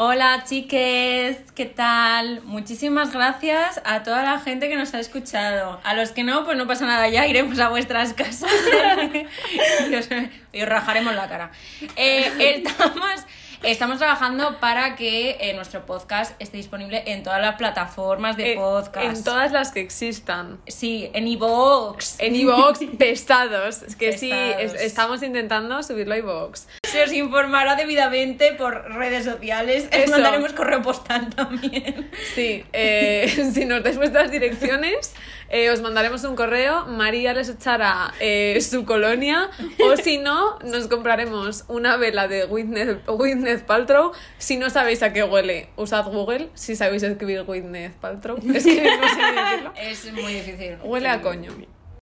Hola chiques, ¿qué tal? Muchísimas gracias a toda la gente que nos ha escuchado. A los que no, pues no pasa nada, ya iremos a vuestras casas y, os, y os rajaremos la cara. Eh, estamos, estamos trabajando para que eh, nuestro podcast esté disponible en todas las plataformas de Eh, podcast. En todas las que existan. Sí, en iVoox. En iVoox, pesados. Es que sí, es- Pesados. estamos intentando subirlo a iVoox. Se os informará debidamente por redes sociales. Os Eso. mandaremos correo postal también. Sí, eh, si nos dais vuestras direcciones, eh, os mandaremos un correo, María les echará eh, su colonia, o si no, nos compraremos una vela de Gwyneth, Gwyneth Paltrow. Si no sabéis a qué huele, usad Google, si sabéis escribir Gwyneth Paltrow. Es que no sé ni decirlo. Es muy difícil. Huele a coño.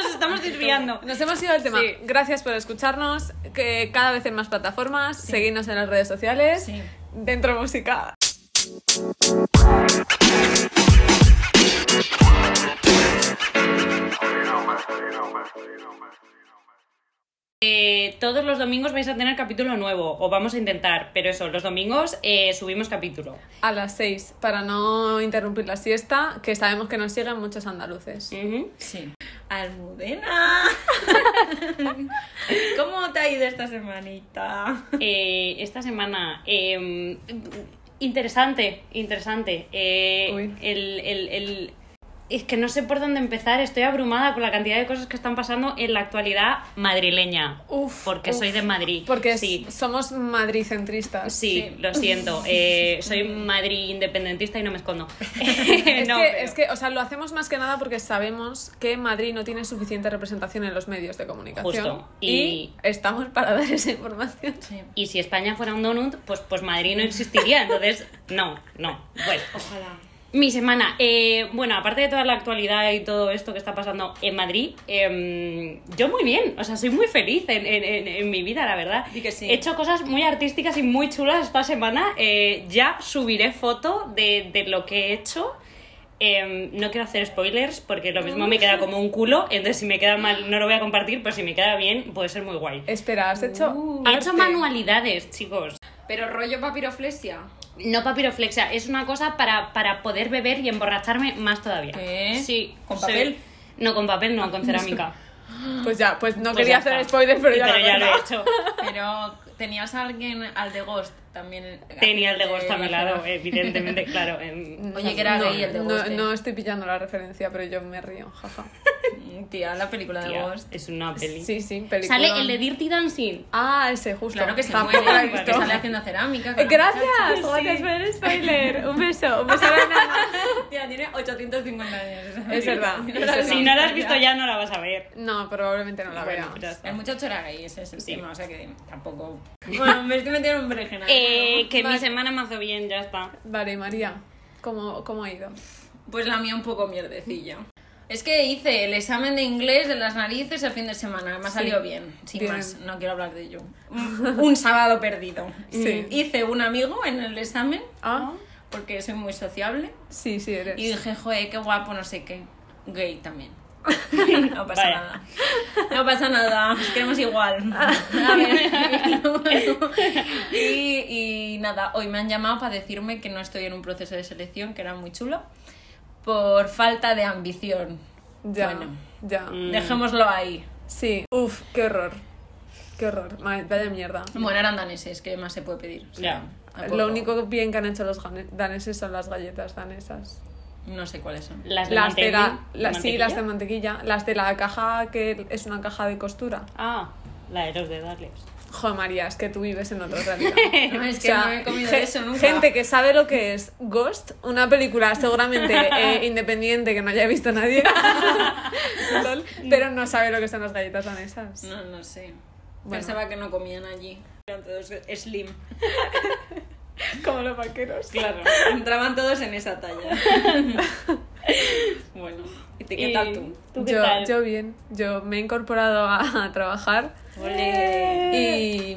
Nos estamos desviando. Nos hemos ido al tema. Sí. Gracias por escucharnos, que cada vez en más plataformas, seguidnos en las redes sociales, Sí. dentro música. Eh, todos los domingos vais a tener capítulo nuevo, o vamos a intentar, pero eso, los domingos eh, subimos capítulo. A las 6, para no interrumpir la siesta, que sabemos que nos siguen muchos andaluces. Ujú. Sí. Almudena. ¿Cómo te ha ido esta semanita? Eh, esta semana, eh, interesante, interesante. Eh, Uy. el- el- el- es que no sé por dónde empezar, estoy abrumada con la cantidad de cosas que están pasando en la actualidad madrileña. Uf, porque uf. soy de Madrid. Porque sí. s- somos madricentristas. Sí, Sí. lo siento. eh, soy Madrid independentista y no me escondo. Es, No, que, pero- es que, o sea, lo hacemos más que nada porque sabemos que Madrid no tiene suficiente representación en los medios de comunicación. Justo. Y... Y- estamos para dar esa información. Sí. Y si España fuera un donut, pues, pues Madrid no existiría. Entonces, no, no. Bueno, Ojalá. mi semana. eh, bueno, aparte de toda la actualidad y todo esto que está pasando en Madrid, em, yo muy bien. O sea, soy muy feliz en, en- en- en mi vida, la verdad. Di que sí. He hecho cosas muy artísticas y muy chulas esta semana. eh, ya subiré foto de, de lo que he hecho. Em, no quiero hacer spoilers porque lo mismo me queda como un culo. Entonces, si me queda mal, no lo voy a compartir, pero si me queda bien, puede ser muy guay. Espera, has hecho. Uh. He arte? hecho manualidades, chicos. Pero rollo papiroflesia. No papiroflexia, es una cosa para, para poder beber y emborracharme más todavía. ¿Qué? Sí. ¿Con soy- papel? No, con papel no, con cerámica. Pues ya, pues no Pues quería ya hacer está. spoilers, pero ya, lo he lo he hecho. Pero tenías a alguien al de Ghost también. Tenía el de Ghost a mi Eh, lado, evidentemente, claro. en- Oye, que era no, gay el de no, Ghost, eh. no estoy pillando la referencia, pero yo me río, jaja. Mm, Tía, la película de Tía, Ghost. es una peli. Sí, sí, película. Sale el de Dirty Dancing. Ah, ese, justo. Claro que se Tampoco muere, la he porque visto. sale haciendo cerámica. con Eh, la Gracias, muchacha. gracias por el spoiler. Un beso, un beso a la nana. Tía, tiene 850 años. esa Es película. verdad, Tiene es una verdad. Si no la has visto ya, no la vas a ver. No, probablemente no la Eh, Bueno, vea. pues ya está. El muchacho era gay, ese es el tema, o sea que tampoco. Bueno, me estoy metiendo en un berenjenal. Eh, que Vale. mi semana me hace bien, ya está. Vale, María, ¿cómo, cómo ha ido? Pues la mía un poco mierdecilla. Es que hice el examen de inglés de las narices el fin de semana, me ha salido bien, sin Bien. más, no quiero hablar de ello. Un un sábado perdido. Sí. Hice un amigo en el examen, Ah, porque soy muy sociable, sí, sí eres. y dije, joder, qué guapo, no sé qué. Gay también. No pasa Vaya. nada. No pasa nada, os queremos igual. A ver. Y, y nada, hoy me han llamado para decirme que no estoy en un proceso de selección, que era muy chulo, por falta de ambición. Ya, Bueno. ya. Mm. Dejémoslo ahí. Sí, uf, qué horror. Qué horror, Ma- vaya mierda. Bueno, eran daneses, ¿qué más se puede pedir? O sea, Ya. tampoco- Lo único bien que han hecho los gane- daneses son las galletas danesas. No sé cuáles son. Las de, Las de la, mantequilla- la- sí, las de mantequilla. mantequilla. Las de la caja que es una caja de costura. Ah, la de los de Douglas. Joder, María, es que tú vives en otra realidad. No, es que O sea, no he comido ge- eso nunca. Gente que sabe lo que es Ghost, una película seguramente eh, independiente que no haya visto nadie, Lol, pero no sabe lo que son las galletas danesas. No, no sé. Bueno. Pensaba que no comían allí. Eran todos slim. Como los vaqueros. Claro. Entraban todos en esa talla. bueno, ¿y te- qué Y- tal tú? ¿Tú qué yo, tal? yo bien, yo me he incorporado a, a trabajar Ole. y,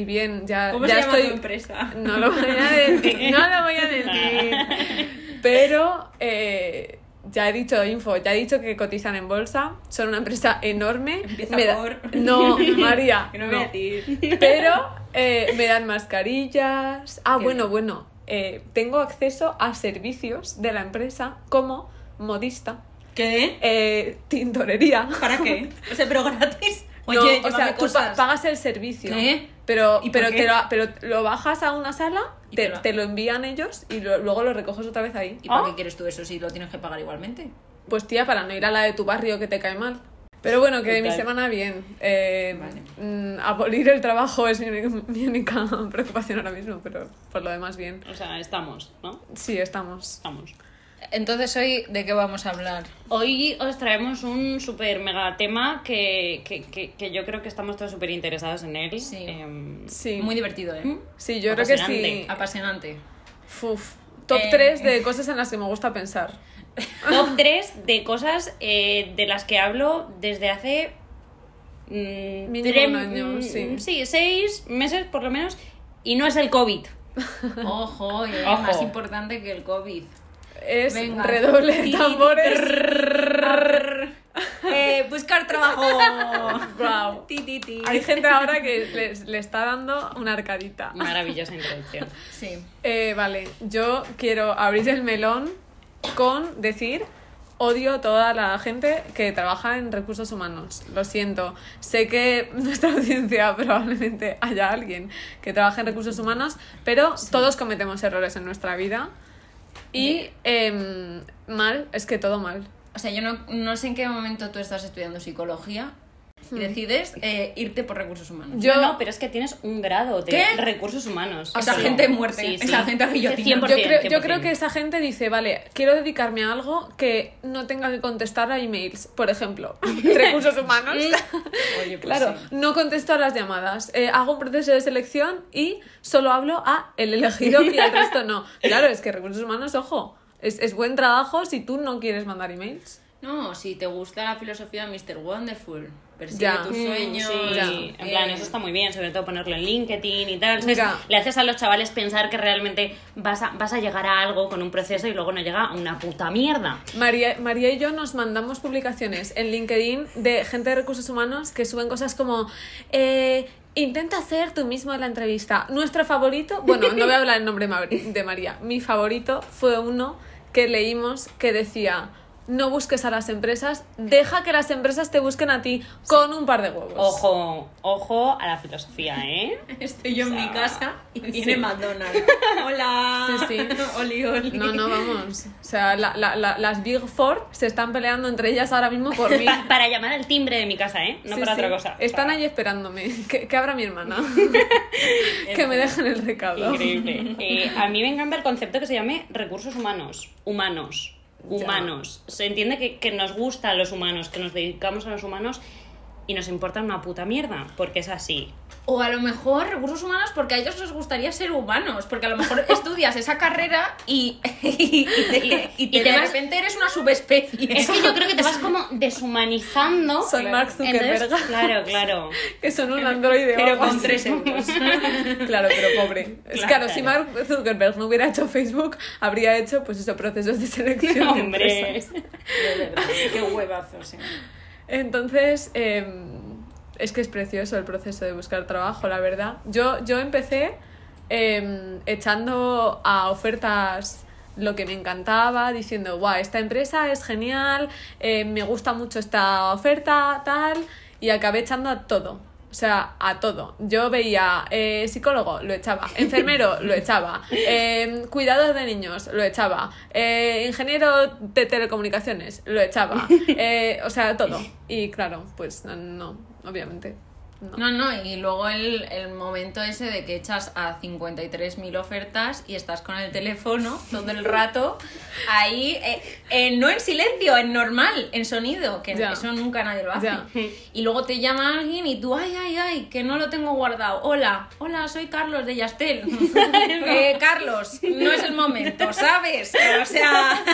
y bien, ya, ¿Cómo ya se llama estoy... tu empresa? No lo voy a decir, no lo voy a decir. Pero eh, ya he dicho info, ya he dicho que cotizan en bolsa, son una empresa enorme. Empieza Me da- por- No, María. Que no, no. voy a decir. Pero eh, me dan mascarillas. Ah, Qué bueno, bien. bueno. eh, tengo acceso a servicios de la empresa como modista, ¿Qué? eh, tintorería. ¿Para qué? O sea, pero gratis. Oye, No, llévame o sea, tú pa- cosas. pagas el servicio. ¿Qué? Pero, ¿Y por pero, qué? te lo, pero lo bajas a una sala, Y te te, lo- te lo envían ellos y lo- luego lo recoges otra vez ahí. ¿Y para ¿Ah? qué quieres tú eso si lo tienes que pagar igualmente? Pues tía, para no ir a la de tu barrio que te cae mal. Pero bueno, que de mi Total. semana bien. Eh, Vale. mm, abolir el trabajo es mi, uni- mi única preocupación ahora mismo, pero por lo demás bien. O sea, estamos, ¿no? Sí, estamos. Estamos. Entonces, hoy, ¿de qué vamos a hablar? Hoy os traemos un super mega tema que, que, que- que yo creo que estamos todos súper interesados en él. Sí. Em, Sí, Muy divertido, ¿eh? sí yo creo que sí. Apasionante. Apasionante. Fuf, top Eh, 3 de cosas en las que me gusta pensar. Top 3 de cosas eh, de las que hablo desde hace. mm, Mínimo tres- un año, mm, sí. Sí, seis meses por lo menos. Y no es el COVID. Ojo, y es Ojo. más importante que el COVID. Es Venga. redoble Ti, de ti, tambores. Eh, buscar trabajo. Guau. Ti, ti, ti. Hay gente ahora que les- le está dando una arcadita. Maravillosa introducción. Sí. Eh, vale, yo quiero abrir el melón con decir odio a toda la gente que trabaja en recursos humanos. Lo siento. Sé que nuestra audiencia probablemente haya alguien que trabaje en recursos humanos, pero todos cometemos errores en nuestra vida. Y em, mal, es que todo mal. O sea, yo no, no sé en qué momento tú estás estudiando psicología Hmm. y decides eh, irte por recursos humanos. Yo- Yo no, pero es que tienes un grado de ¿Qué? recursos humanos. Esa Sí. gente muerte, esa gente a guillotina. Yo 100%, creo, yo 100%. creo que esa gente dice, vale, quiero dedicarme a algo que no tenga que contestar a emails, por ejemplo, recursos humanos. Oye, pues Claro, sí. no contesto a las llamadas, eh, hago un proceso de selección y solo hablo a el elegido y al resto no. Claro, es que recursos humanos, ojo, es, es buen trabajo si tú no quieres mandar emails. No, si te gusta la filosofía de Mr. Wonderful, persigue Ya. tus Mm, sueños. Eh, sí, Ya. en plan, eso está muy bien, sobre todo ponerlo en LinkedIn y tal. ¿sabes? eh, Ya. Le haces a los chavales pensar que realmente vas a, vas a llegar a algo con un proceso y luego no llega a una puta mierda. María, María y yo nos mandamos publicaciones en LinkedIn de gente de recursos humanos que suben cosas como eh, intenta hacer tú mismo la entrevista. Nuestro favorito, bueno, no voy a hablar el nombre de Mabri- de María, mi favorito fue uno que leímos que decía no busques a las empresas, deja que las empresas te busquen a ti con un par de huevos. Ojo, ojo a la filosofía, ¿eh? Estoy yo O en sea, mi casa y sí. viene McDonald's. Hola. Sí, sí. Oli, oli. No, no, vamos. O sea, la- la- la- las Big Four se están peleando entre ellas ahora mismo por mí. Pa- para llamar al timbre de mi casa, ¿eh? No Sí, para sí. otra cosa. Están Para- ahí esperándome. Que, que abra mi hermana. que me dejen el recado. Increíble. Eh, a mí me encanta el concepto que se llame recursos humanos. Humanos. Humanos. Se entiende que, que nos gustan los humanos, que nos dedicamos a los humanos y nos importa una puta mierda, porque es así. O a lo mejor recursos humanos porque a ellos les gustaría ser humanos, porque a lo mejor estudias esa carrera y, y, te- Y- y y te- te de vas- repente eres una subespecie. Es que yo creo que te vas como deshumanizando. Soy Mark Zuckerberg. Entonces, claro, claro. Que son un androide. o Pero algo con así. tres euros. Claro, pero pobre. Es Claro, claro, si claro. Mark Zuckerberg no hubiera hecho Facebook, habría hecho, pues eso, procesos de selección. de Hombre. empresas. Qué huevazos. Entonces, eh, es que es precioso el proceso de buscar trabajo, la verdad. Yo, yo empecé eh, echando a ofertas lo que me encantaba, diciendo, guau, esta empresa es genial, eh, me gusta mucho esta oferta, tal, y acabé echando a todo. O sea, a todo. Yo veía eh, psicólogo, lo echaba. Enfermero, lo echaba. Eh, cuidador de niños, lo echaba. Eh, ingeniero de telecomunicaciones, lo echaba. Eh, o sea, todo. Y claro, pues no, no, obviamente. No. No, no, y luego el, el momento ese de que echas a 53.000 ofertas y estás con el teléfono todo el rato, ahí, eh, eh, no en silencio, en normal, en sonido, que Ya. eso nunca nadie lo hace. Ya. Y luego te llama alguien y tú, ay, ay, ay, que no lo tengo guardado. Hola, hola, soy Carlos de Yastel. Eh, Carlos, no es el momento, ¿sabes? O sea,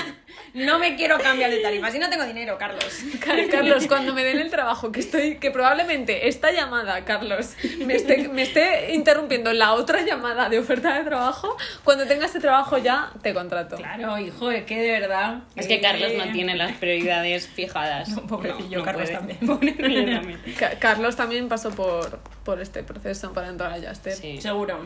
no me quiero cambiar de tarifa, si no tengo dinero, Carlos. Car- Carlos, cuando me den el trabajo, que estoy, que probablemente esta llamada, Carlos, me esté, me esté interrumpiendo la otra llamada de oferta de trabajo, cuando tenga ese trabajo ya te contrato. Claro, hijo, es que de verdad. Es que Carlos no tiene las prioridades fijadas. No, pobrecillo, Carlos también. Pobrecillo también. Ca- Carlos también pasó por, por este proceso para entrar a Jaster. Sí. Seguro.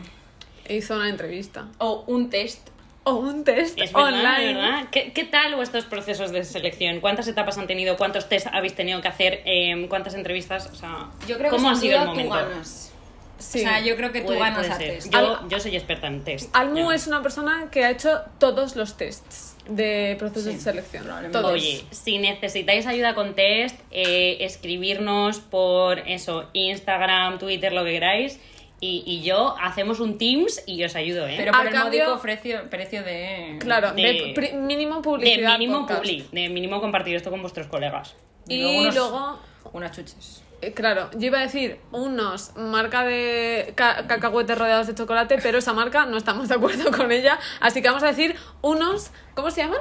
hizo una entrevista. O un test. O un test Es verdad, online. ¿verdad? ¿Qué, qué tal vuestros procesos de selección? ¿Cuántas etapas han tenido? ¿Cuántos test habéis tenido que hacer? Eh, ¿Cuántas entrevistas? O sea, Yo creo ¿cómo que ha sin sido el duda tú momento? ganas. Sí. O sea, yo creo que tú Puede- ganas puede a ser. test. Yo, Al- yo soy experta en test. Almu Ya. es una persona que ha hecho todos los tests de procesos de selección. probablemente. Todos. Oye, si necesitáis ayuda con test, eh, escribirnos por eso, Instagram, Twitter, lo que queráis. Y, y yo hacemos un Teams y os ayudo, ¿eh? Pero A por el cambio- módico precio, precio de... Claro, de, de- pri- mínimo de publicidad. mínimo podcast. publi, de mínimo compartir esto con vuestros colegas. Y luego unos- luego Unas chuches. Eh, Claro, yo iba a decir unos marca de ca- cacahuetes rodeados de chocolate, pero esa marca no estamos de acuerdo con ella, así que vamos a decir unos, ¿cómo se llaman?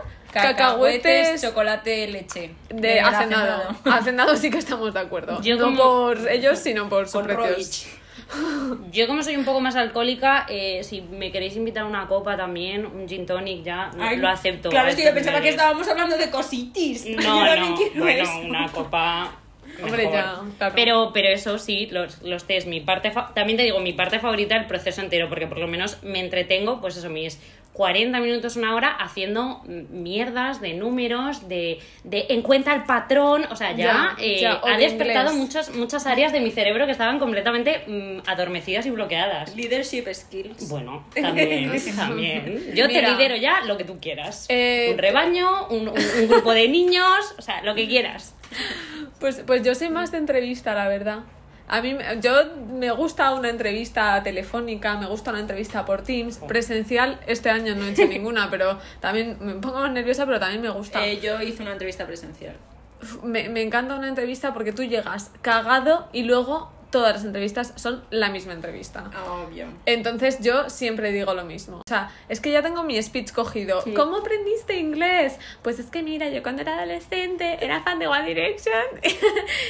Cacahuetes, chocolate, leche. de hacendado. hacendado. Hacendado sí que estamos de acuerdo. Yo no como- por ellos, sino por sus Con precios. Roich. Yo como soy un poco más alcohólica, eh, si me queréis invitar a una copa también, un gin tonic ya, Ay, lo acepto. Claro, a este es que yo estos pensaba que niveles. estábamos hablando de cositis. No, yo también no, quiero bueno, eso. una copa. Hombre, mejor. ya, claro. Pero, pero eso sí, los, los test. Mi parte fa- También te digo, mi parte favorita el proceso entero, porque por lo menos me entretengo, pues eso, mis 40 minutos, una hora, haciendo mierdas de números, de, de encuentra el patrón. O sea, ya, Ya, eh, ya, o ha de despertado inglés. muchas, muchas áreas de mi cerebro que estaban completamente mm, adormecidas y bloqueadas. Leadership skills. Bueno, también, también. Yo Mira. te lidero ya lo que tú quieras. Eh, un rebaño, un, un- un grupo de niños, o sea, lo que quieras. Pues, pues yo soy más de entrevista, la verdad. A mí, me- yo me gusta una entrevista telefónica, me gusta una entrevista por Teams, Oh. presencial. Este año no he hecho ninguna, pero también me pongo más nerviosa, pero también me gusta. Eh, yo hice una entrevista presencial. Uf, Me, me encanta una entrevista porque tú llegas cagado y luego todas las entrevistas son la misma entrevista. Ah, Obvio. Entonces yo siempre digo lo mismo. O sea, es que ya tengo mi speech cogido. ¿Cómo aprendiste inglés? Pues es que mira, yo cuando era adolescente era fan de One Direction.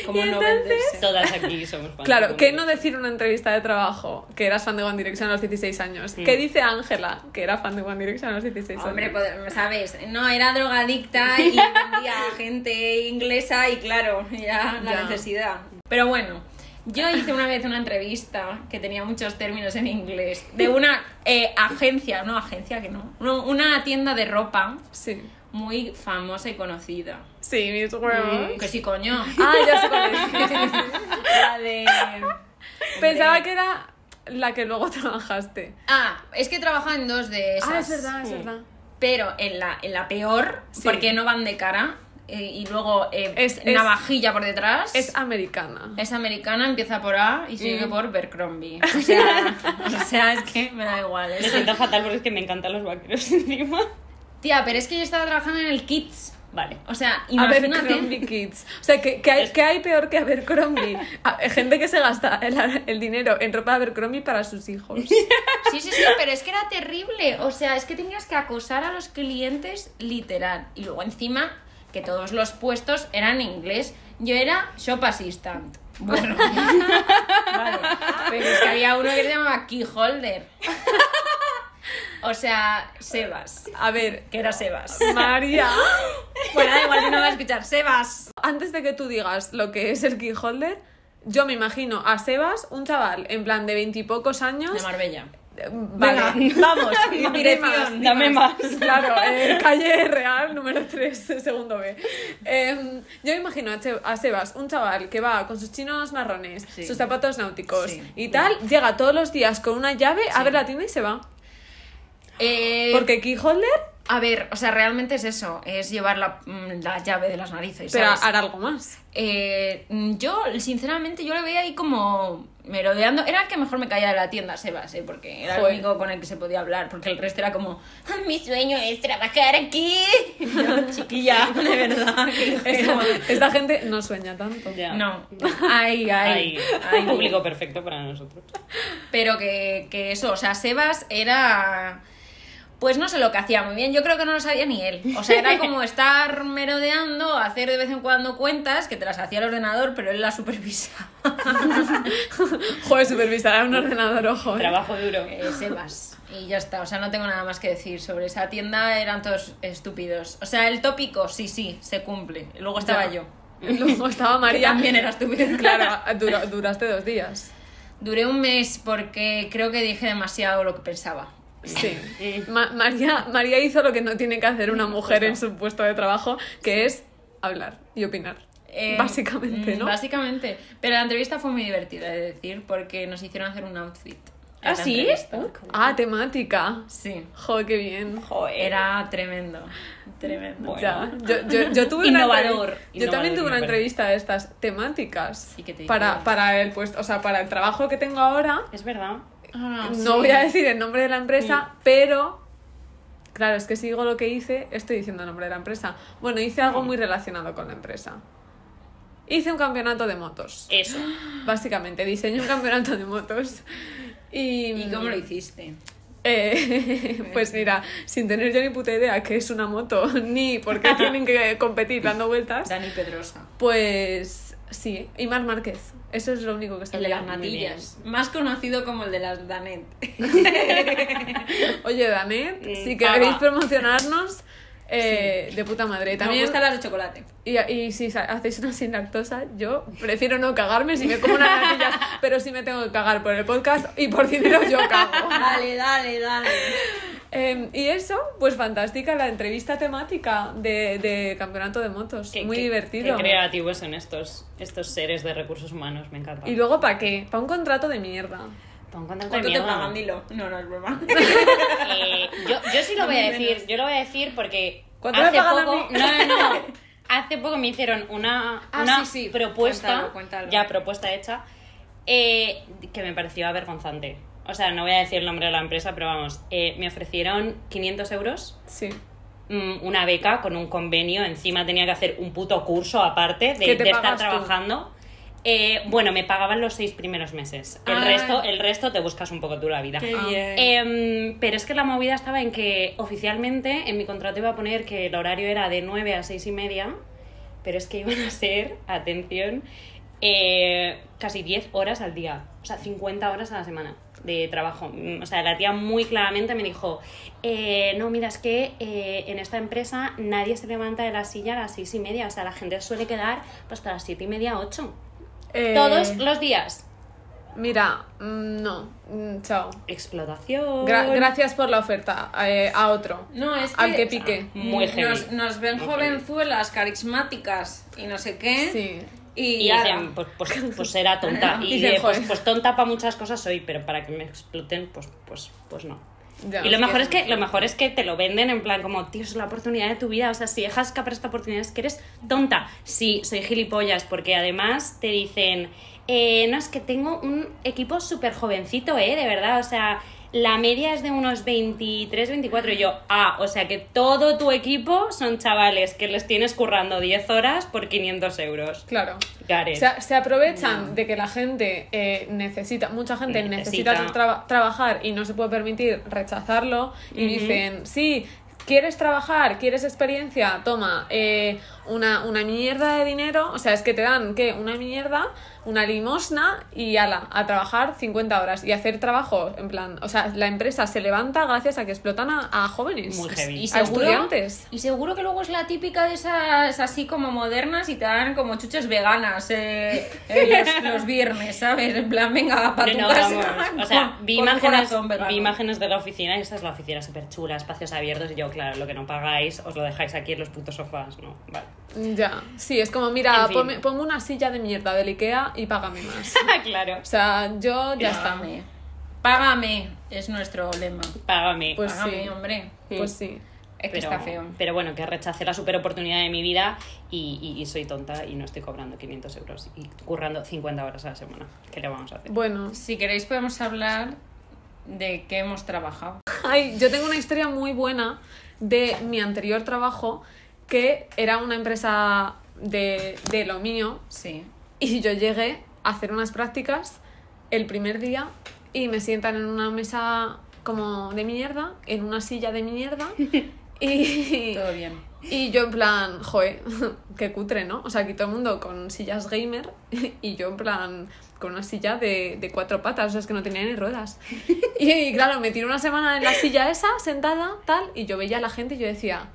Como Y no entonces- venderse. Todas aquí somos fans. Claro, ¿qué no decir en una entrevista de trabajo que eras fan de One Direction a los 16 años? ¿Qué dice Ángela que era fan de One Direction a los 16 años? Hombre, pues, sabes, no, era drogadicta y vendía a gente inglesa y claro, ya la Ya. necesidad. Pero bueno, yo hice una vez una entrevista que tenía muchos términos en inglés de una eh, agencia, no agencia que no, no, una tienda de ropa Sí. muy famosa y conocida. pues- Sí, mis huevos. Que sí, coño. Ah, ya sé cuál es. La de... Pensaba que era la que luego trabajaste. Ah, es que trabajaba en dos de esas. Ah, es verdad, es verdad. Pero en la, en la peor, Sí. porque no van de cara eh, y luego eh, Es- es- navajilla por detrás. Es Mm. americana. Es americana, empieza por A y sigue por Bercrombie. O sea, o sea, es que me da igual. Me es- siento fatal porque es que me encantan los vaqueros encima. Tía, pero es que yo estaba trabajando en el Kids. Vale. O sea, A ver, imagínate. Crombie Kids. O sea, ¿qué, qué hay, qué hay peor que Abercrombie? A- Gente que se gasta el, el dinero en ropa de Abercrombie para sus hijos. Sí, sí, sí, pero es que era terrible. O sea, es que tenías que acosar a los clientes literal. Y luego encima, que todos los puestos eran en inglés. Yo era shop assistant. Bueno, vale. Pero es que había uno que se llamaba keyholder. O sea, Sebas. A ver, Que era Sebas. María, Bueno, da igual si no me va a escuchar. Sebas. antes de que tú digas lo que es el keyholder, yo me imagino a Sebas, un chaval en plan de veintipocos años. Marbella. eh, Vale, vamos. dirección. Dirección. Dame más. Claro, eh, calle Real, número 3, segundo B. Eh, yo me imagino a, Che- a Sebas, un chaval que va con sus chinos marrones, Sí. sus zapatos náuticos Sí. y tal, llega todos los días con una llave, abre la tienda y se va. Eh, Porque keyholder, A ver, o sea, realmente es eso. Es llevar la, mm, la llave de las narices. pero ¿sabes? hará algo más. Eh, mm, yo, sinceramente, yo le veía ahí como merodeando. Era el que mejor me caía de la tienda, Sebas, ¿eh? porque era Joder. el único con el que se podía hablar, porque el resto era como, "Ah, mi sueño es trabajar aquí. Y yo, chiquilla, de verdad. qué Esta, ingenua. esta gente no sueña tanto. Ya. No, ay, ay, Hay ay. público perfecto para nosotros. Pero que, que eso, o sea, Sebas era... Pues no sé lo que hacía muy bien, yo creo que no lo sabía ni él. O sea, era como estar merodeando, hacer de vez en cuando cuentas, que te las hacía el ordenador, pero él las supervisaba. Joder, supervisará un ordenador, ojo. eh. Trabajo duro. Eh, Sebas. Y ya está, o sea, no tengo nada más que decir sobre esa tienda, eran todos estúpidos. O sea, el tópico, sí, sí, se cumple. Luego estaba Ya. yo. Luego estaba María María. también era estúpida. Claro, dura- duraste dos días. Duré un mes porque creo que dije demasiado lo que pensaba. Sí. Ma- María, María hizo lo que no tiene que hacer una mujer en su puesto de trabajo, que es hablar y opinar. Eh, básicamente, mm, ¿no? Básicamente. Pero la entrevista fue muy divertida, es decir, porque nos hicieron hacer un outfit. en ¿Ah, la sí? entrevista. Ah, temática. Sí. Jo, qué bien. Joder. Era tremendo. Tremendo. Bueno. Ya, yo, yo- yo tuve Innovador, una entrevi- Yo también innovador, tuve una innovador. entrevista de estas temáticas ¿Y qué te para, dijeron? para el puesto, o sea, para el trabajo que tengo ahora. Es verdad. Ah, no sí. voy a decir el nombre de la empresa, pero claro, es que si digo lo que hice, estoy diciendo el nombre de la empresa. Bueno, hice algo muy relacionado con la empresa. Hice un campeonato de Eh, motos. Eso. Básicamente, diseñé un campeonato de motos. Y, ¿Y cómo lo hiciste? eh, pues mira, sin tener yo ni puta idea qué es una moto, ni por qué tienen que competir dando vueltas, Dani Pedrosa. pues sí, Imar Márquez. Eso es lo único que El de sabía. las natillas. Más conocido como el de las Danet. Oye, Danet, Mm, si paga. queréis promocionarnos, eh, de puta madre. También También, gustan las de chocolate. y, y si sa- hacéis una sin lactosa, yo prefiero no cagarme si me como unas natillas, pero si me tengo que cagar por el podcast y por dinero yo cago. Dale, dale, dale. Eh, y eso, pues fantástica la entrevista temática de, de campeonato de motos. Qué- Muy qué- divertido. Qué creativos son estos, estos seres de recursos humanos, me encanta. y luego, ¿para qué? Para un contrato de mierda. Pon contacto ¿Cuánto de te mierda. pagan? Dilo. No, no es broma. Eh, yo, yo sí lo voy a decir, yo lo voy a decir porque ¿Cuánto me hace pagan a poco, mí? no, no, no, hace poco me hicieron una, Ah, una sí, sí. propuesta, Cuéntalo, cuéntalo. ya propuesta hecha, eh, que me pareció avergonzante. O sea, no voy a decir el nombre de la empresa, pero vamos, eh, me ofrecieron 500 euros, Sí. mm, una beca con un convenio, encima tenía que hacer un puto curso aparte de, ¿Qué te de estar pagas tú? trabajando. Eh, bueno, me pagaban los seis primeros meses. El Ah. resto, el resto te buscas un poco tú la vida. Ah. Qué bien. Em, pero es que la movida estaba en que oficialmente en mi contrato iba a poner que el horario era de 9 a 6 y media, pero es que iban a ser, atención, eh, casi 10 horas al día, o sea, 50 horas a la semana de trabajo. Mm, O sea, la tía muy claramente me dijo, eh, no, mira, es que eh, en esta empresa nadie se levanta de la silla a las 6 y media, o sea, la gente suele quedar pues, hasta las 7 y media, 8. Eh, Todos los días. Mira, mm, no. Mm, Chao. Explotación. Gra- gracias por la oferta. eh, a otro. No, es que, Al que o sea, pique. Muy heavy. nos, nos ven Muy jovenzuelas, carismáticas y no sé ¿Eh? qué. Sí. Y, Y ya dicen, pues, pues, pues era tonta. Y Dicen, de, pues, "Joder". pues tonta para muchas cosas soy, pero para que me exploten, pues, pues, pues no. Ya, y lo es mejor que es que lo mejor es que te lo venden en plan como, tío, es la oportunidad de tu vida. O sea, si dejas escapar esta oportunidad es que eres tonta. Sí, soy gilipollas, porque además te dicen, eh, no, es que tengo un equipo súper jovencito, ¿eh? De verdad, o sea, la media es de unos 23, 24. Y yo, ah, o sea que todo tu equipo son chavales que les tienes currando 10 horas por 500 euros. Claro. Got it. Se, se aprovechan de que la gente eh, necesita, mucha gente necesita, Necesita. traba- trabajar y no se puede permitir rechazarlo y dicen, sí, quieres trabajar, quieres experiencia, toma eh, una, una mierda de dinero, o sea, es que te dan, ¿qué? Una mierda, una limosna y ala, a trabajar 50 horas y hacer trabajo, en plan, o sea, la empresa se levanta gracias a que explotan a, a jóvenes. Muy heavy. Y A seguro, estudiantes. y seguro que luego es la típica de esas así como modernas y te dan como chuches veganas eh, eh, los, los viernes, ¿sabes? En plan, venga, para tu No, no, casa. vamos. O sea, con- vi con un imágenes, corazón vegano. vi imágenes de la oficina y esta es la oficina súper chula, espacios abiertos. Y yo, claro, lo que no pagáis os lo dejáis aquí en los putos sofás, ¿no? Vale. Ya, sí, es como, mira, En fin. ponme, ponme una silla de mierda del Ikea y págame más. Ah, claro. O sea, yo ya está. Págame. Págame, es nuestro lema. Págame. Pues Págame, sí. hombre. Pues sí. Es que está feo. Pero bueno, que rechacé la super oportunidad de mi vida y, y- y soy tonta y no estoy cobrando 500 euros y currando 50 horas a la semana. ¿Qué le vamos a hacer? Bueno. Si queréis podemos hablar de qué hemos trabajado. Ay, yo tengo una historia muy buena de mi anterior trabajo, que era una empresa de, de lo mío, Sí. y yo llegué a hacer unas prácticas el primer día y me sientan en una mesa como de mierda, en una silla de mierda, y, Todo bien. Y yo en plan, joe, qué cutre, ¿no? O sea, aquí todo el mundo con sillas gamer y yo en plan con una silla de, de cuatro patas, o sea, es que no tenía ni ruedas. Y, claro, me tiré una semana en la silla esa, sentada, tal, y yo veía a la gente y yo decía,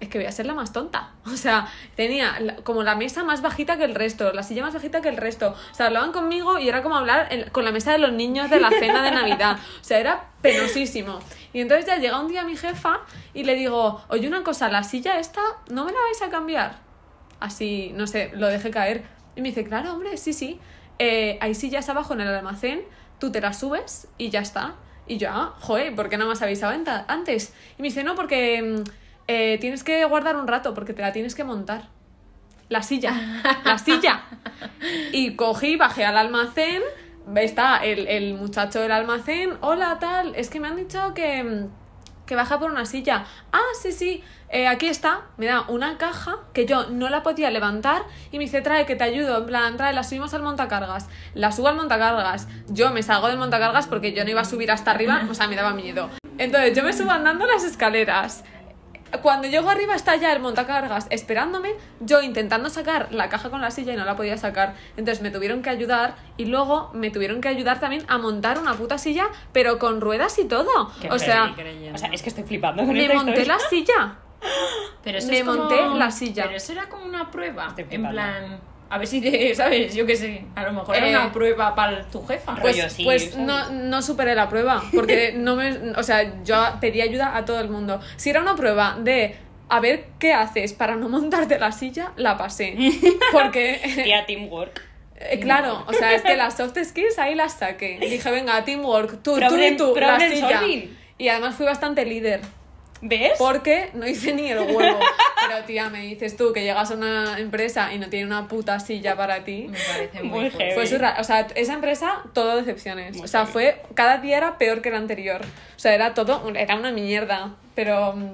es que voy a ser la más tonta. O sea, tenía la- como la mesa más bajita que el resto, la silla más bajita que el resto. O sea, hablaban conmigo y era como hablar en- con la mesa de los niños de la cena de Navidad. O sea, era penosísimo. Y entonces ya llega un día mi jefa y le digo, oye, una cosa, la silla esta no me la vais a cambiar así, no sé, lo dejé caer. Y me dice, claro, hombre, sí, sí. Eh, hay sillas abajo en el almacén, tú te las subes y ya está. Y yo, ah, joder, ¿por qué no me has avisado anta- antes? Y me dice, no, porque mm, eh, tienes que guardar un rato, porque te la tienes que montar. La silla, la silla. Y cogí, bajé al almacén, está el, el muchacho del almacén, hola, tal, es que me han dicho que... mm, que baja por una silla. Ah, sí, sí, eh, aquí está. Me da una caja que yo no la podía levantar y me dice, trae, que te ayudo. En plan, trae, la subimos al montacargas. La subo al montacargas. Yo me salgo del montacargas porque yo no iba a subir hasta arriba, o sea, me daba miedo. Entonces yo me subo andando las escaleras. Cuando llego arriba está ya el montacargas esperándome, yo intentando sacar la caja con la silla y no la podía sacar. Entonces me tuvieron que ayudar y luego me tuvieron que ayudar también a montar una puta silla, pero con ruedas y todo. Qué o sea, Creyendo. O sea, es que estoy flipando con me esta monté historia. la silla. Pero eso Me es como- monté la silla. Pero eso era como una prueba. Estoy En flipando. plan, a ver si te, ¿sabes? Yo qué sé. A lo mejor Eh, era una prueba para tu jefa. Rollo, Pues, sí, pues ¿sabes? no, no superé la prueba, porque no me, o sea, yo pedí ayuda a todo el mundo. Si era una prueba de a ver qué haces para no montarte la silla, la pasé. Porque, Tía Teamwork. eh, claro, o sea, es que las soft skills ahí las saqué. Dije, venga, teamwork, tú, tú y Problem- tú, la problem silla. solving. Y además fui bastante líder. ¿Ves? Porque no hice ni el huevo. Pero tía, me dices tú que llegas a una empresa y no tiene una puta silla para ti. Me parece muy, Muy fuerte. heavy. Fue surra- O sea, esa empresa, todo decepciones. Muy o sea, heavy. fue. Cada día era peor que el anterior. O sea, era todo. Era una mierda. Pero. mm,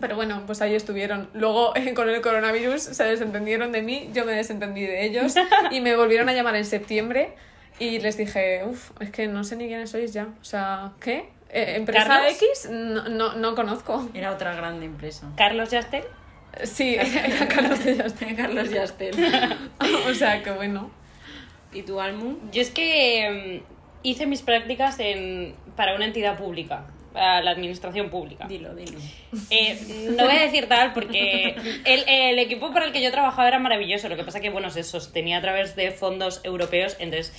Pero bueno, pues ahí estuvieron. Luego, eh, con el coronavirus, se desentendieron de mí, yo me desentendí de ellos. Y me volvieron a llamar en septiembre. Y les dije, uff, es que no sé ni quiénes sois ya. O sea, ¿qué? Eh, ¿Empresa ¿Carlos? X? No, no, no conozco. Era otra grande empresa. Carlos Yastel. Sí, era Carlos de Yastel. Carlos Yastel. O sea, que bueno. ¿Y tu Almu? Yo es que mm, hice mis prácticas en, para una entidad pública, para la administración pública. Dilo, dilo. Eh, no voy a decir tal porque el, el equipo para el que yo trabajaba era maravilloso. Lo que pasa que, bueno, se sostenía a través de fondos europeos. Entonces,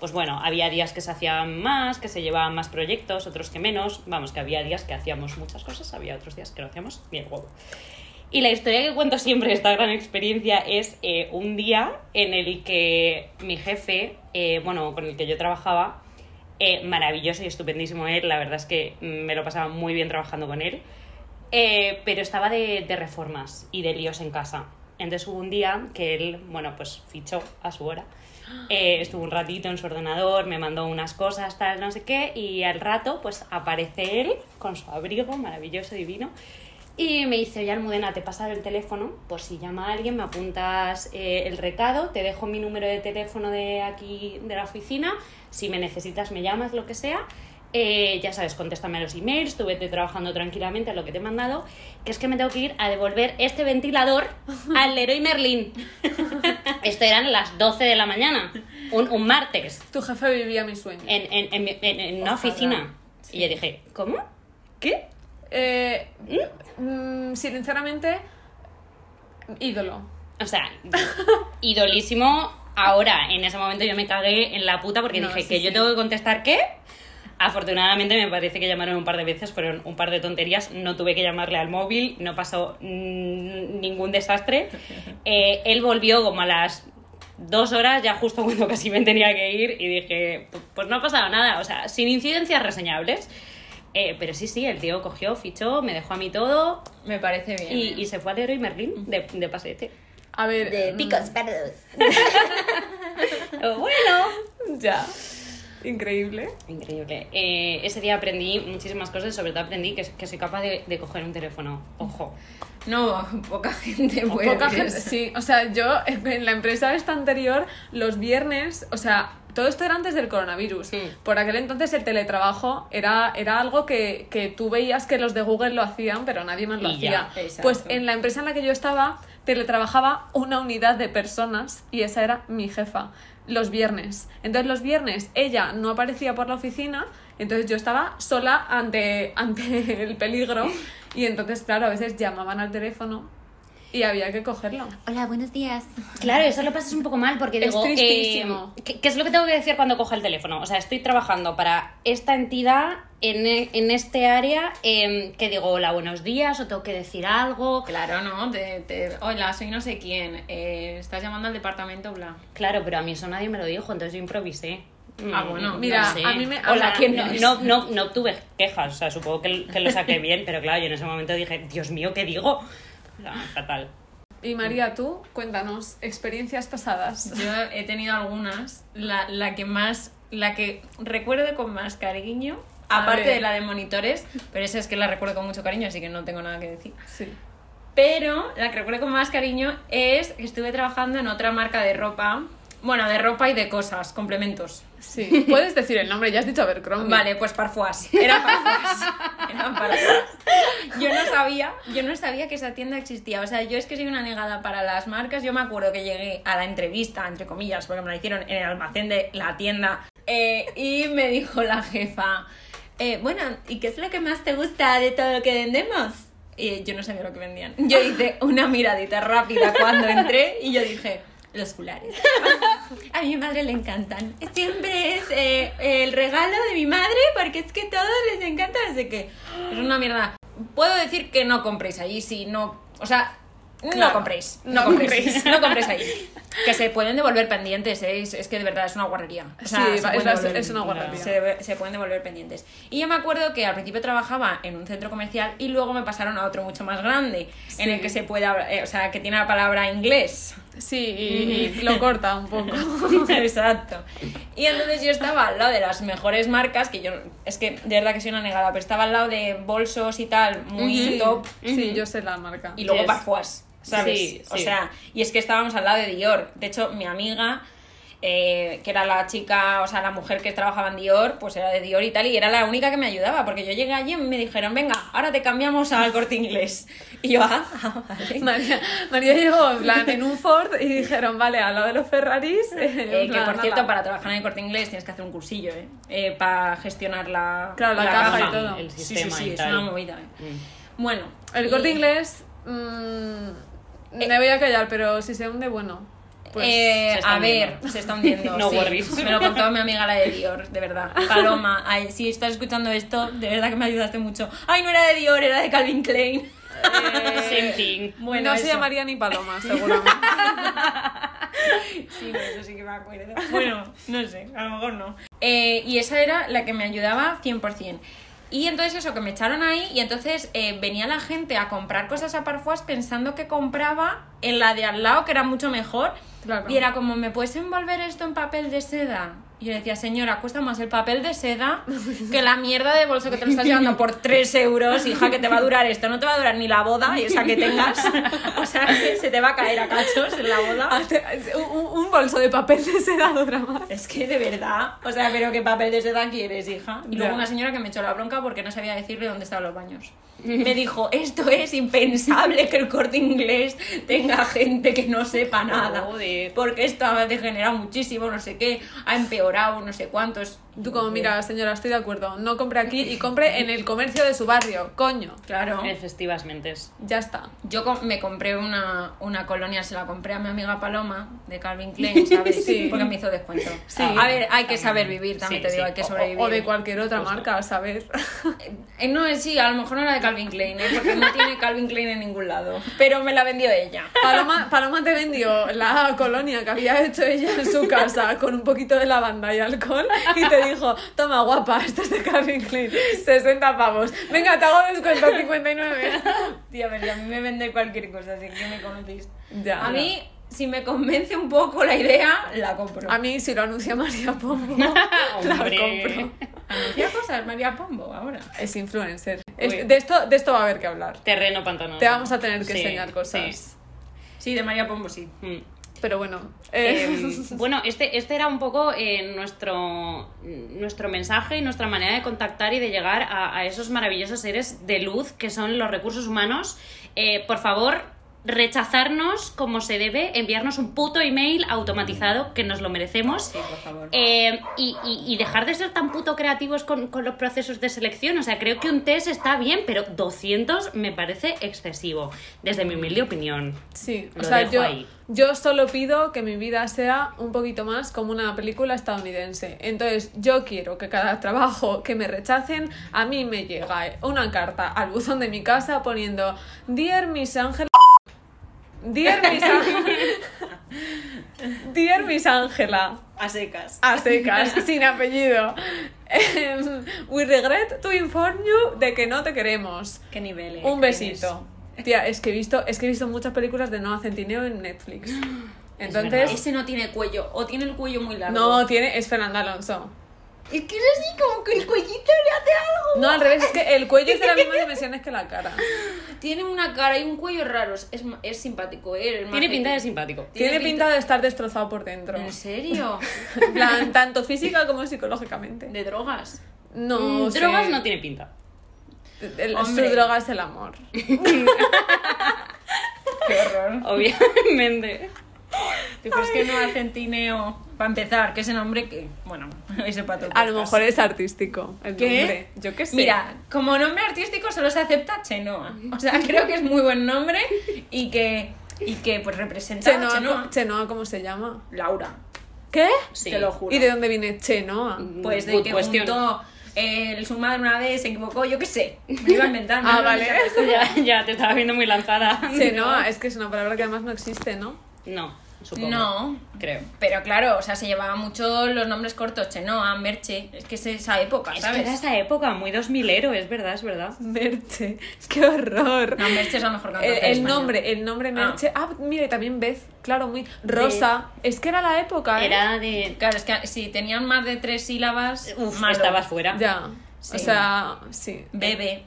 pues bueno, había días que se hacían más, que se llevaban más proyectos, otros que menos. Vamos, que había días que hacíamos muchas cosas, había otros días que no hacíamos ni el huevo. Y la historia que cuento siempre de esta gran experiencia es eh, un día en el que mi jefe, eh, bueno, con el que yo trabajaba, eh, maravilloso y estupendísimo él, la verdad es que mm, me lo pasaba muy bien trabajando con él, eh, pero estaba de, de reformas y de líos en casa. Entonces hubo un día que él, bueno, pues fichó a su hora. Eh, estuvo un ratito en su ordenador, me mandó unas cosas, tal, no sé qué, y al rato pues aparece él con su abrigo maravilloso, divino, y me dice, oye Almudena, te he pasado el teléfono, por si llama alguien, me apuntas eh, el recado, te dejo mi número de teléfono de aquí, de la oficina, si me necesitas me llamas, lo que sea. Eh, ya sabes, contéstame los emails, tú vete trabajando tranquilamente a lo que te he mandado, que es que me tengo que ir a devolver este ventilador al Leroy Merlin. Esto eran las 12 de la mañana, un, un martes Tu jefe vivía mi sueño. en, en- en mi- en- en una Ojalá. oficina. Y yo dije, ¿cómo? ¿Qué? Eh, mm, sinceramente, ídolo. O sea, idolísimo ahora. En ese momento yo me cagué en la puta porque No, dije sí, que yo sí. tengo que contestar qué. Afortunadamente me parece que llamaron un par de veces, fueron un par de tonterías, no tuve que llamarle al móvil, no pasó mm, ningún desastre. Eh, él volvió como a las dos horas, ya justo cuando casi me tenía que ir, y dije, "Pu- pues no ha pasado nada, o sea, sin incidencias reseñables. Eh, pero sí, sí, el tío cogió, fichó, me dejó a mí todo Me parece bien. y, ¿eh? y se fue al Leroy Merlin de, de pasete. A ver. mm, Bueno. Ya. Increíble. Increíble. Eh, ese día aprendí muchísimas cosas, sobre todo aprendí que, que soy capaz de, de coger un teléfono. Ojo. No, poca gente puede. Poca gente- sí, o sea, yo en la empresa esta anterior, los viernes, o sea, todo esto era antes del coronavirus. Sí. Por aquel entonces el teletrabajo era, era algo que, que tú veías que los de Google lo hacían, pero nadie más lo Y hacía. ya, exacto. pues en la empresa en la que yo estaba, teletrabajaba una unidad de personas y esa era mi jefa. Los viernes. Entonces los viernes ella no aparecía por la oficina, entonces yo estaba sola ante, ante el peligro y entonces, claro, a veces llamaban al teléfono y había que cogerlo. Hola, buenos días. Claro, eso lo pasas un poco mal porque Es digo, tristísimo. eh, ¿qué, qué es lo que tengo que decir cuando coja el teléfono? O sea, estoy trabajando para esta entidad en, e- en este área em, que digo, hola, buenos días, o tengo que decir algo. Claro, ¿no? Te, te- Hola, soy no sé quién. eh, estás llamando al departamento bla. Claro, pero a mí eso nadie me lo dijo, entonces yo improvisé. Ah, Mm, bueno, mira, a mí me- Hola, ¿a quién no, eres? no, no, no obtuve quejas, o sea, supongo que, que lo saqué bien, pero claro, yo en ese momento dije, Dios mío, ¿qué digo? O sea, fatal. Y María, tú, cuéntanos experiencias pasadas. Yo he tenido algunas. La, la que más. La que recuerdo con más cariño. A Aparte ver. de la de monitores. Pero esa es que la recuerdo con mucho cariño, así que no tengo nada que decir. Sí. Pero la que recuerdo con más cariño es que estuve trabajando en otra marca de ropa. Bueno, de ropa y de cosas, complementos. Sí. Puedes decir el nombre, ya has dicho Abercrombie. Vale, pues Parfois. Era Parfois. Era Parfois. Yo no sabía, yo no sabía que esa tienda existía. O sea, yo es que soy una negada para las marcas. Yo me acuerdo que llegué a la entrevista, entre comillas, porque me la hicieron en el almacén de la tienda. eh, y me dijo la jefa, eh, bueno, ¿y qué es lo que más te gusta de todo lo que vendemos? Y yo no sabía lo que vendían. Yo hice una miradita rápida cuando entré y yo dije, los fulares. A mi madre le encantan. Siempre es eh, el regalo de mi madre porque es que todos les encanta desde que... Es una mierda. Puedo decir que no compréis ahí, si no... O sea, no Claro. compréis. No, No compréis. compréis. No compréis ahí. Que se pueden devolver pendientes, ¿eh? es, es que de verdad es una guarrería. O sea, Sí, se es pueden la- devolver- es una guarrería. Se, debe- se pueden devolver pendientes. Y yo me acuerdo que al principio trabajaba en un centro comercial y luego me pasaron a otro mucho más grande, en el que se puede, hablar- eh, o sea, que tiene la palabra inglés. Sí, Mm-hmm. y, y lo corta un poco. Exacto. Y entonces yo estaba al lado de las mejores marcas, que yo, es que de verdad que soy una negada, pero estaba al lado de bolsos y tal, muy Sí. top, Mm-hmm. Sí, yo sé la marca. y luego Yes. Parfois, ¿sabes? Sí, O sí. sea, y es que estábamos al lado de Dior. De hecho, mi amiga, eh, que era la chica, o sea, la mujer que trabajaba en Dior, pues era de Dior y tal, y era la única que me ayudaba, porque yo llegué allí y me dijeron, venga, ahora te cambiamos al corte inglés. Y yo, ah, ah, vale. María, María llegó en, plan, en un Ford y dijeron, vale, al lado de los Ferraris. eh, en Eh, que plan, por cierto, nada. para trabajar en el corte inglés tienes que hacer un cursillo, ¿eh? Eh, para gestionar la, Claro, la caja y caja. todo. El Sí, sí, sistema sí, y es tal. Mm. una movida. ¿eh? Bueno. El y- corte inglés. mm, me voy a callar, pero si se hunde, bueno. Pues, eh, se está a ver, hundiendo. se está hundiendo. No sí. worries. Me lo contó mi amiga la de Dior, de verdad. Paloma, ay, si estás escuchando esto, de verdad que me ayudaste mucho. Ay, no era de Dior, era de Calvin Klein. eh, Same thing. Bueno, no se eso. llamaría ni Paloma, seguramente. Sí, pero eso sí que me acuerdo. Bueno, no sé, a lo mejor no. Eh, y esa era la que me ayudaba 100%. Y entonces eso, que me echaron ahí y entonces eh, venía la gente a comprar cosas a Parfois pensando que compraba en la de al lado, que era mucho mejor. Claro. Y era como, ¿me puedes envolver esto en papel de seda? Y yo le decía, señora, cuesta más el papel de seda que la mierda de bolso que te lo estás llevando por 3 euros, hija, que te va a durar esto. No te va a durar ni la boda, esa que tengas. O sea, que se te va a caer a cachos en la boda. un, un bolso de papel de seda dura más. Es que de verdad, o sea, pero qué papel de seda quieres, hija. Y luego Ya. una señora que me echó la bronca porque no sabía decirle dónde estaban los baños. Me dijo, esto es impensable que el corte inglés tenga gente que no sepa nada. Joder. Porque esto ha degenerado muchísimo, no sé qué, ha empeorado, no sé cuántos. Tú como, mira, señora, estoy de acuerdo. No compre aquí y compre en el comercio de su barrio. Coño. Claro. eh. En festivas mentes. Ya está. Yo co- me compré una, una colonia, se la compré a mi amiga Paloma de Calvin Klein, ¿sabes? Sí. Porque me hizo descuento. Sí. A ver, hay que saber vivir, también Sí, te digo, sí. hay que O- o- o sobrevivir. O, o de cualquier otra Pues marca, ¿sabes? Eh, no, eh, sí, a lo mejor no era de Calvin Klein, ¿eh? porque no tiene Calvin Klein en ningún lado. Pero me la vendió ella. Paloma, Paloma te vendió la colonia que había hecho ella en su casa con un poquito de lavanda y alcohol y te dijo, toma guapa, esto es de Calvin Klein, 60 pavos. Venga, te hago descuento 59. Tía, pero si a mí me vende cualquier cosa, así que me conocéis. Ya. A mí, si me convence un poco la idea, la compro. A mí si lo anuncia María Pombo, la Hombre. compro. ¿Qué cosas? María Pombo, ahora. Es influencer. Es- Uy. de, esto, de esto va a haber que hablar. Terreno pantanoso. Te vamos a tener que Sí, enseñar cosas. sí. Sí, de María Pombo sí. Mm. pero bueno. eh, Eh, bueno, este, este era un poco eh, nuestro, nuestro mensaje y nuestra manera de contactar y de llegar a, a esos maravillosos seres de luz que son los recursos humanos. Eh, por favor, rechazarnos como se debe, enviarnos un puto email automatizado que nos lo merecemos. Sí, por favor. Eh, y, y- y dejar de ser tan puto creativos con, con los procesos de selección. O sea, creo que un test está bien, pero 200 me parece excesivo, desde mi humilde opinión. Sí, o Lo sea, dejo yo, ahí. yo solo pido que mi vida sea un poquito más como una película estadounidense. Entonces, yo quiero que cada trabajo que me rechacen, a mí me llega una carta al buzón de mi casa poniendo Dear Miss Ángela. Dear Miss Ángela. Dear Miss Ángela. A secas. A secas, sin apellido. Em, We regret to inform you de que no te queremos. Qué nivel. eh, Un que tienes. besito. Tía, es que he visto, es que he visto muchas películas de Noah Centineo en Netflix. Entonces, Ese no tiene cuello. O tiene el cuello muy largo. no tiene, es Fernanda Alonso. Es que es así, como que el cuellito le hace algo. No, al revés, es que el cuello es de las mismas dimensiones que la cara. Tiene una cara y un cuello raros. Es, ma- es simpático, eh, es Tiene majete. pinta de simpático. Tiene pinta de estar destrozado por dentro. ¿En serio? En plan, tanto física como psicológicamente. ¿De drogas? No, Mm, sé. Drogas no tiene pinta. El- su Hombre. droga es el amor. Qué horror. Obviamente. Pero pues es que no argentineo. Para empezar, que ese nombre que. Bueno, ese pato. A lo mejor es artístico el ¿Qué? nombre. Yo qué sé. Mira, como nombre artístico solo se acepta Chenoa. O sea, creo que es muy buen nombre y que, y que pues representa a Chenoa, Chenoa. Chenoa, ¿cómo se llama? Laura, ¿Qué? Sí. te lo juro. ¿Y de dónde viene Chenoa? Pues de Good que question. juntó eh, el, su madre una vez, se equivocó, yo qué sé. Me iba a inventar. me Ah, lo iba a vale. inventar. ya, ya te estaba viendo muy lanzada. Chenoa, es que es una palabra que además no existe, ¿no? No, supongo. No. Creo. Pero claro, o sea, se llevaba mucho los nombres cortos, Chenoa, Merche. Es que es esa época, Es que ¿sabes? era esa época, muy 2000 ero, es verdad, es verdad. Merche, qué horror. No, Merche es la mejor el, cantante. el de España. nombre, el nombre Merche. Ah, mira, y también Beth, claro, muy rosa. Es que era la época, ¿eh? Era de. Claro, es que si tenían más de tres sílabas, Uf, malo. estabas fuera. Ya. Sí. O sea, sí. Bebe.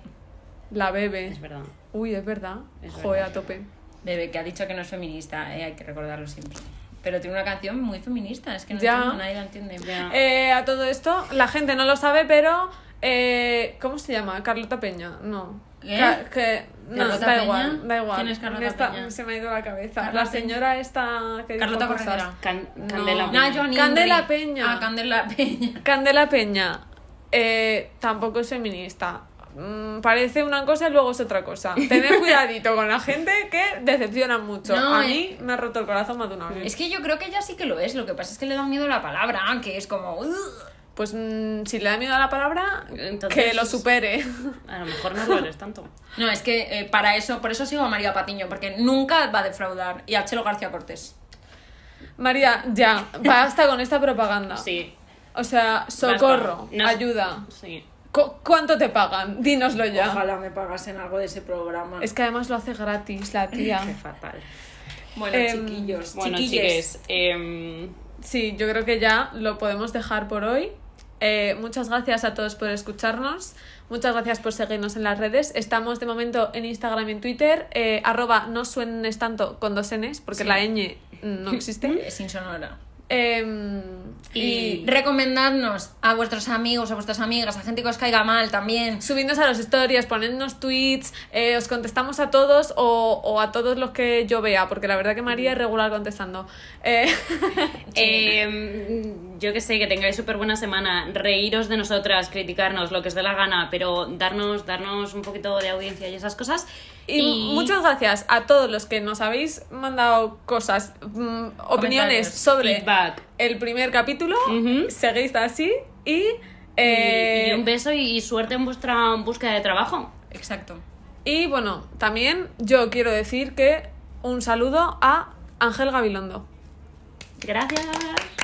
La bebe. Es verdad. Uy, es verdad. Es Joder, verdad. a tope. Bebe, que ha dicho que no es feminista, eh, hay que recordarlo siempre. Pero tiene una canción muy feminista, es que no Ya. entiendo, nadie la entiende. Ya. Eh, a todo esto, la gente no lo sabe, pero. eh, ¿Cómo se llama? Carlota Peña. No. ¿Qué? Ca- que, no, ¿Carlota da Peña? igual, da igual. ¿Quién es Carlota Me está- Peña? Se me ha ido la cabeza. Carlota la señora esta que dijo Carlota cosas. Corredera. Can- No. Candela. No, Nah, Joan Ingrid. Candela Peña. Ah, Candela Peña. Candela Peña. eh, tampoco es feminista. Mm, parece una cosa y luego es otra cosa. Tened cuidadito con la gente que decepciona mucho. No, a eh. mí me ha roto el corazón más de una vez. Es que yo creo que ella sí que lo es, lo que pasa es que le da miedo la palabra, que es como... "Ugh". Pues mm, si le da miedo a la palabra, Entonces- que lo supere. A lo mejor no lo eres tanto. No, es que eh, para eso, por eso sigo a María Patiño, porque nunca va a defraudar. Y a Chelo García Cortés. María, ya, basta con esta propaganda. Sí. O sea, socorro, Basta. No- ayuda. Sí. Cu- ¿Cuánto te pagan? Dínoslo Pues ya. me pagasen algo de ese programa. Es que además lo hace gratis la tía. Qué fatal. Bueno, Em, chiquillos, Bueno, chiquilles. chiques. em, Sí, yo creo que ya lo podemos dejar por hoy. Eh, muchas gracias a todos por escucharnos. Muchas gracias por seguirnos en las redes. Estamos de momento en Instagram y en Twitter. eh, arroba no suenes tanto con dos Ns, porque la ñ no existe. Es insonora. Em, Y recomendadnos a vuestros amigos, a vuestras amigas, a gente que os caiga mal también. Subidnos a los stories, ponednos tweets, eh, os contestamos a todos o, o a todos los que yo vea, porque la verdad que María es regular contestando. Eh, Eh, em, yo que sé, que tengáis súper buena semana. Reíros de nosotras, criticarnos, lo que os dé la gana, pero darnos, darnos un poquito de audiencia y esas cosas. y muchas gracias a todos los que nos habéis mandado cosas, mm, Comentarios, opiniones sobre feedback. el primer capítulo. Ujú. Seguís así y, Y- eh, y un beso y suerte en vuestra búsqueda de trabajo. Exacto. y bueno, también yo quiero decir que un saludo a Ángel Gabilondo. Gracias.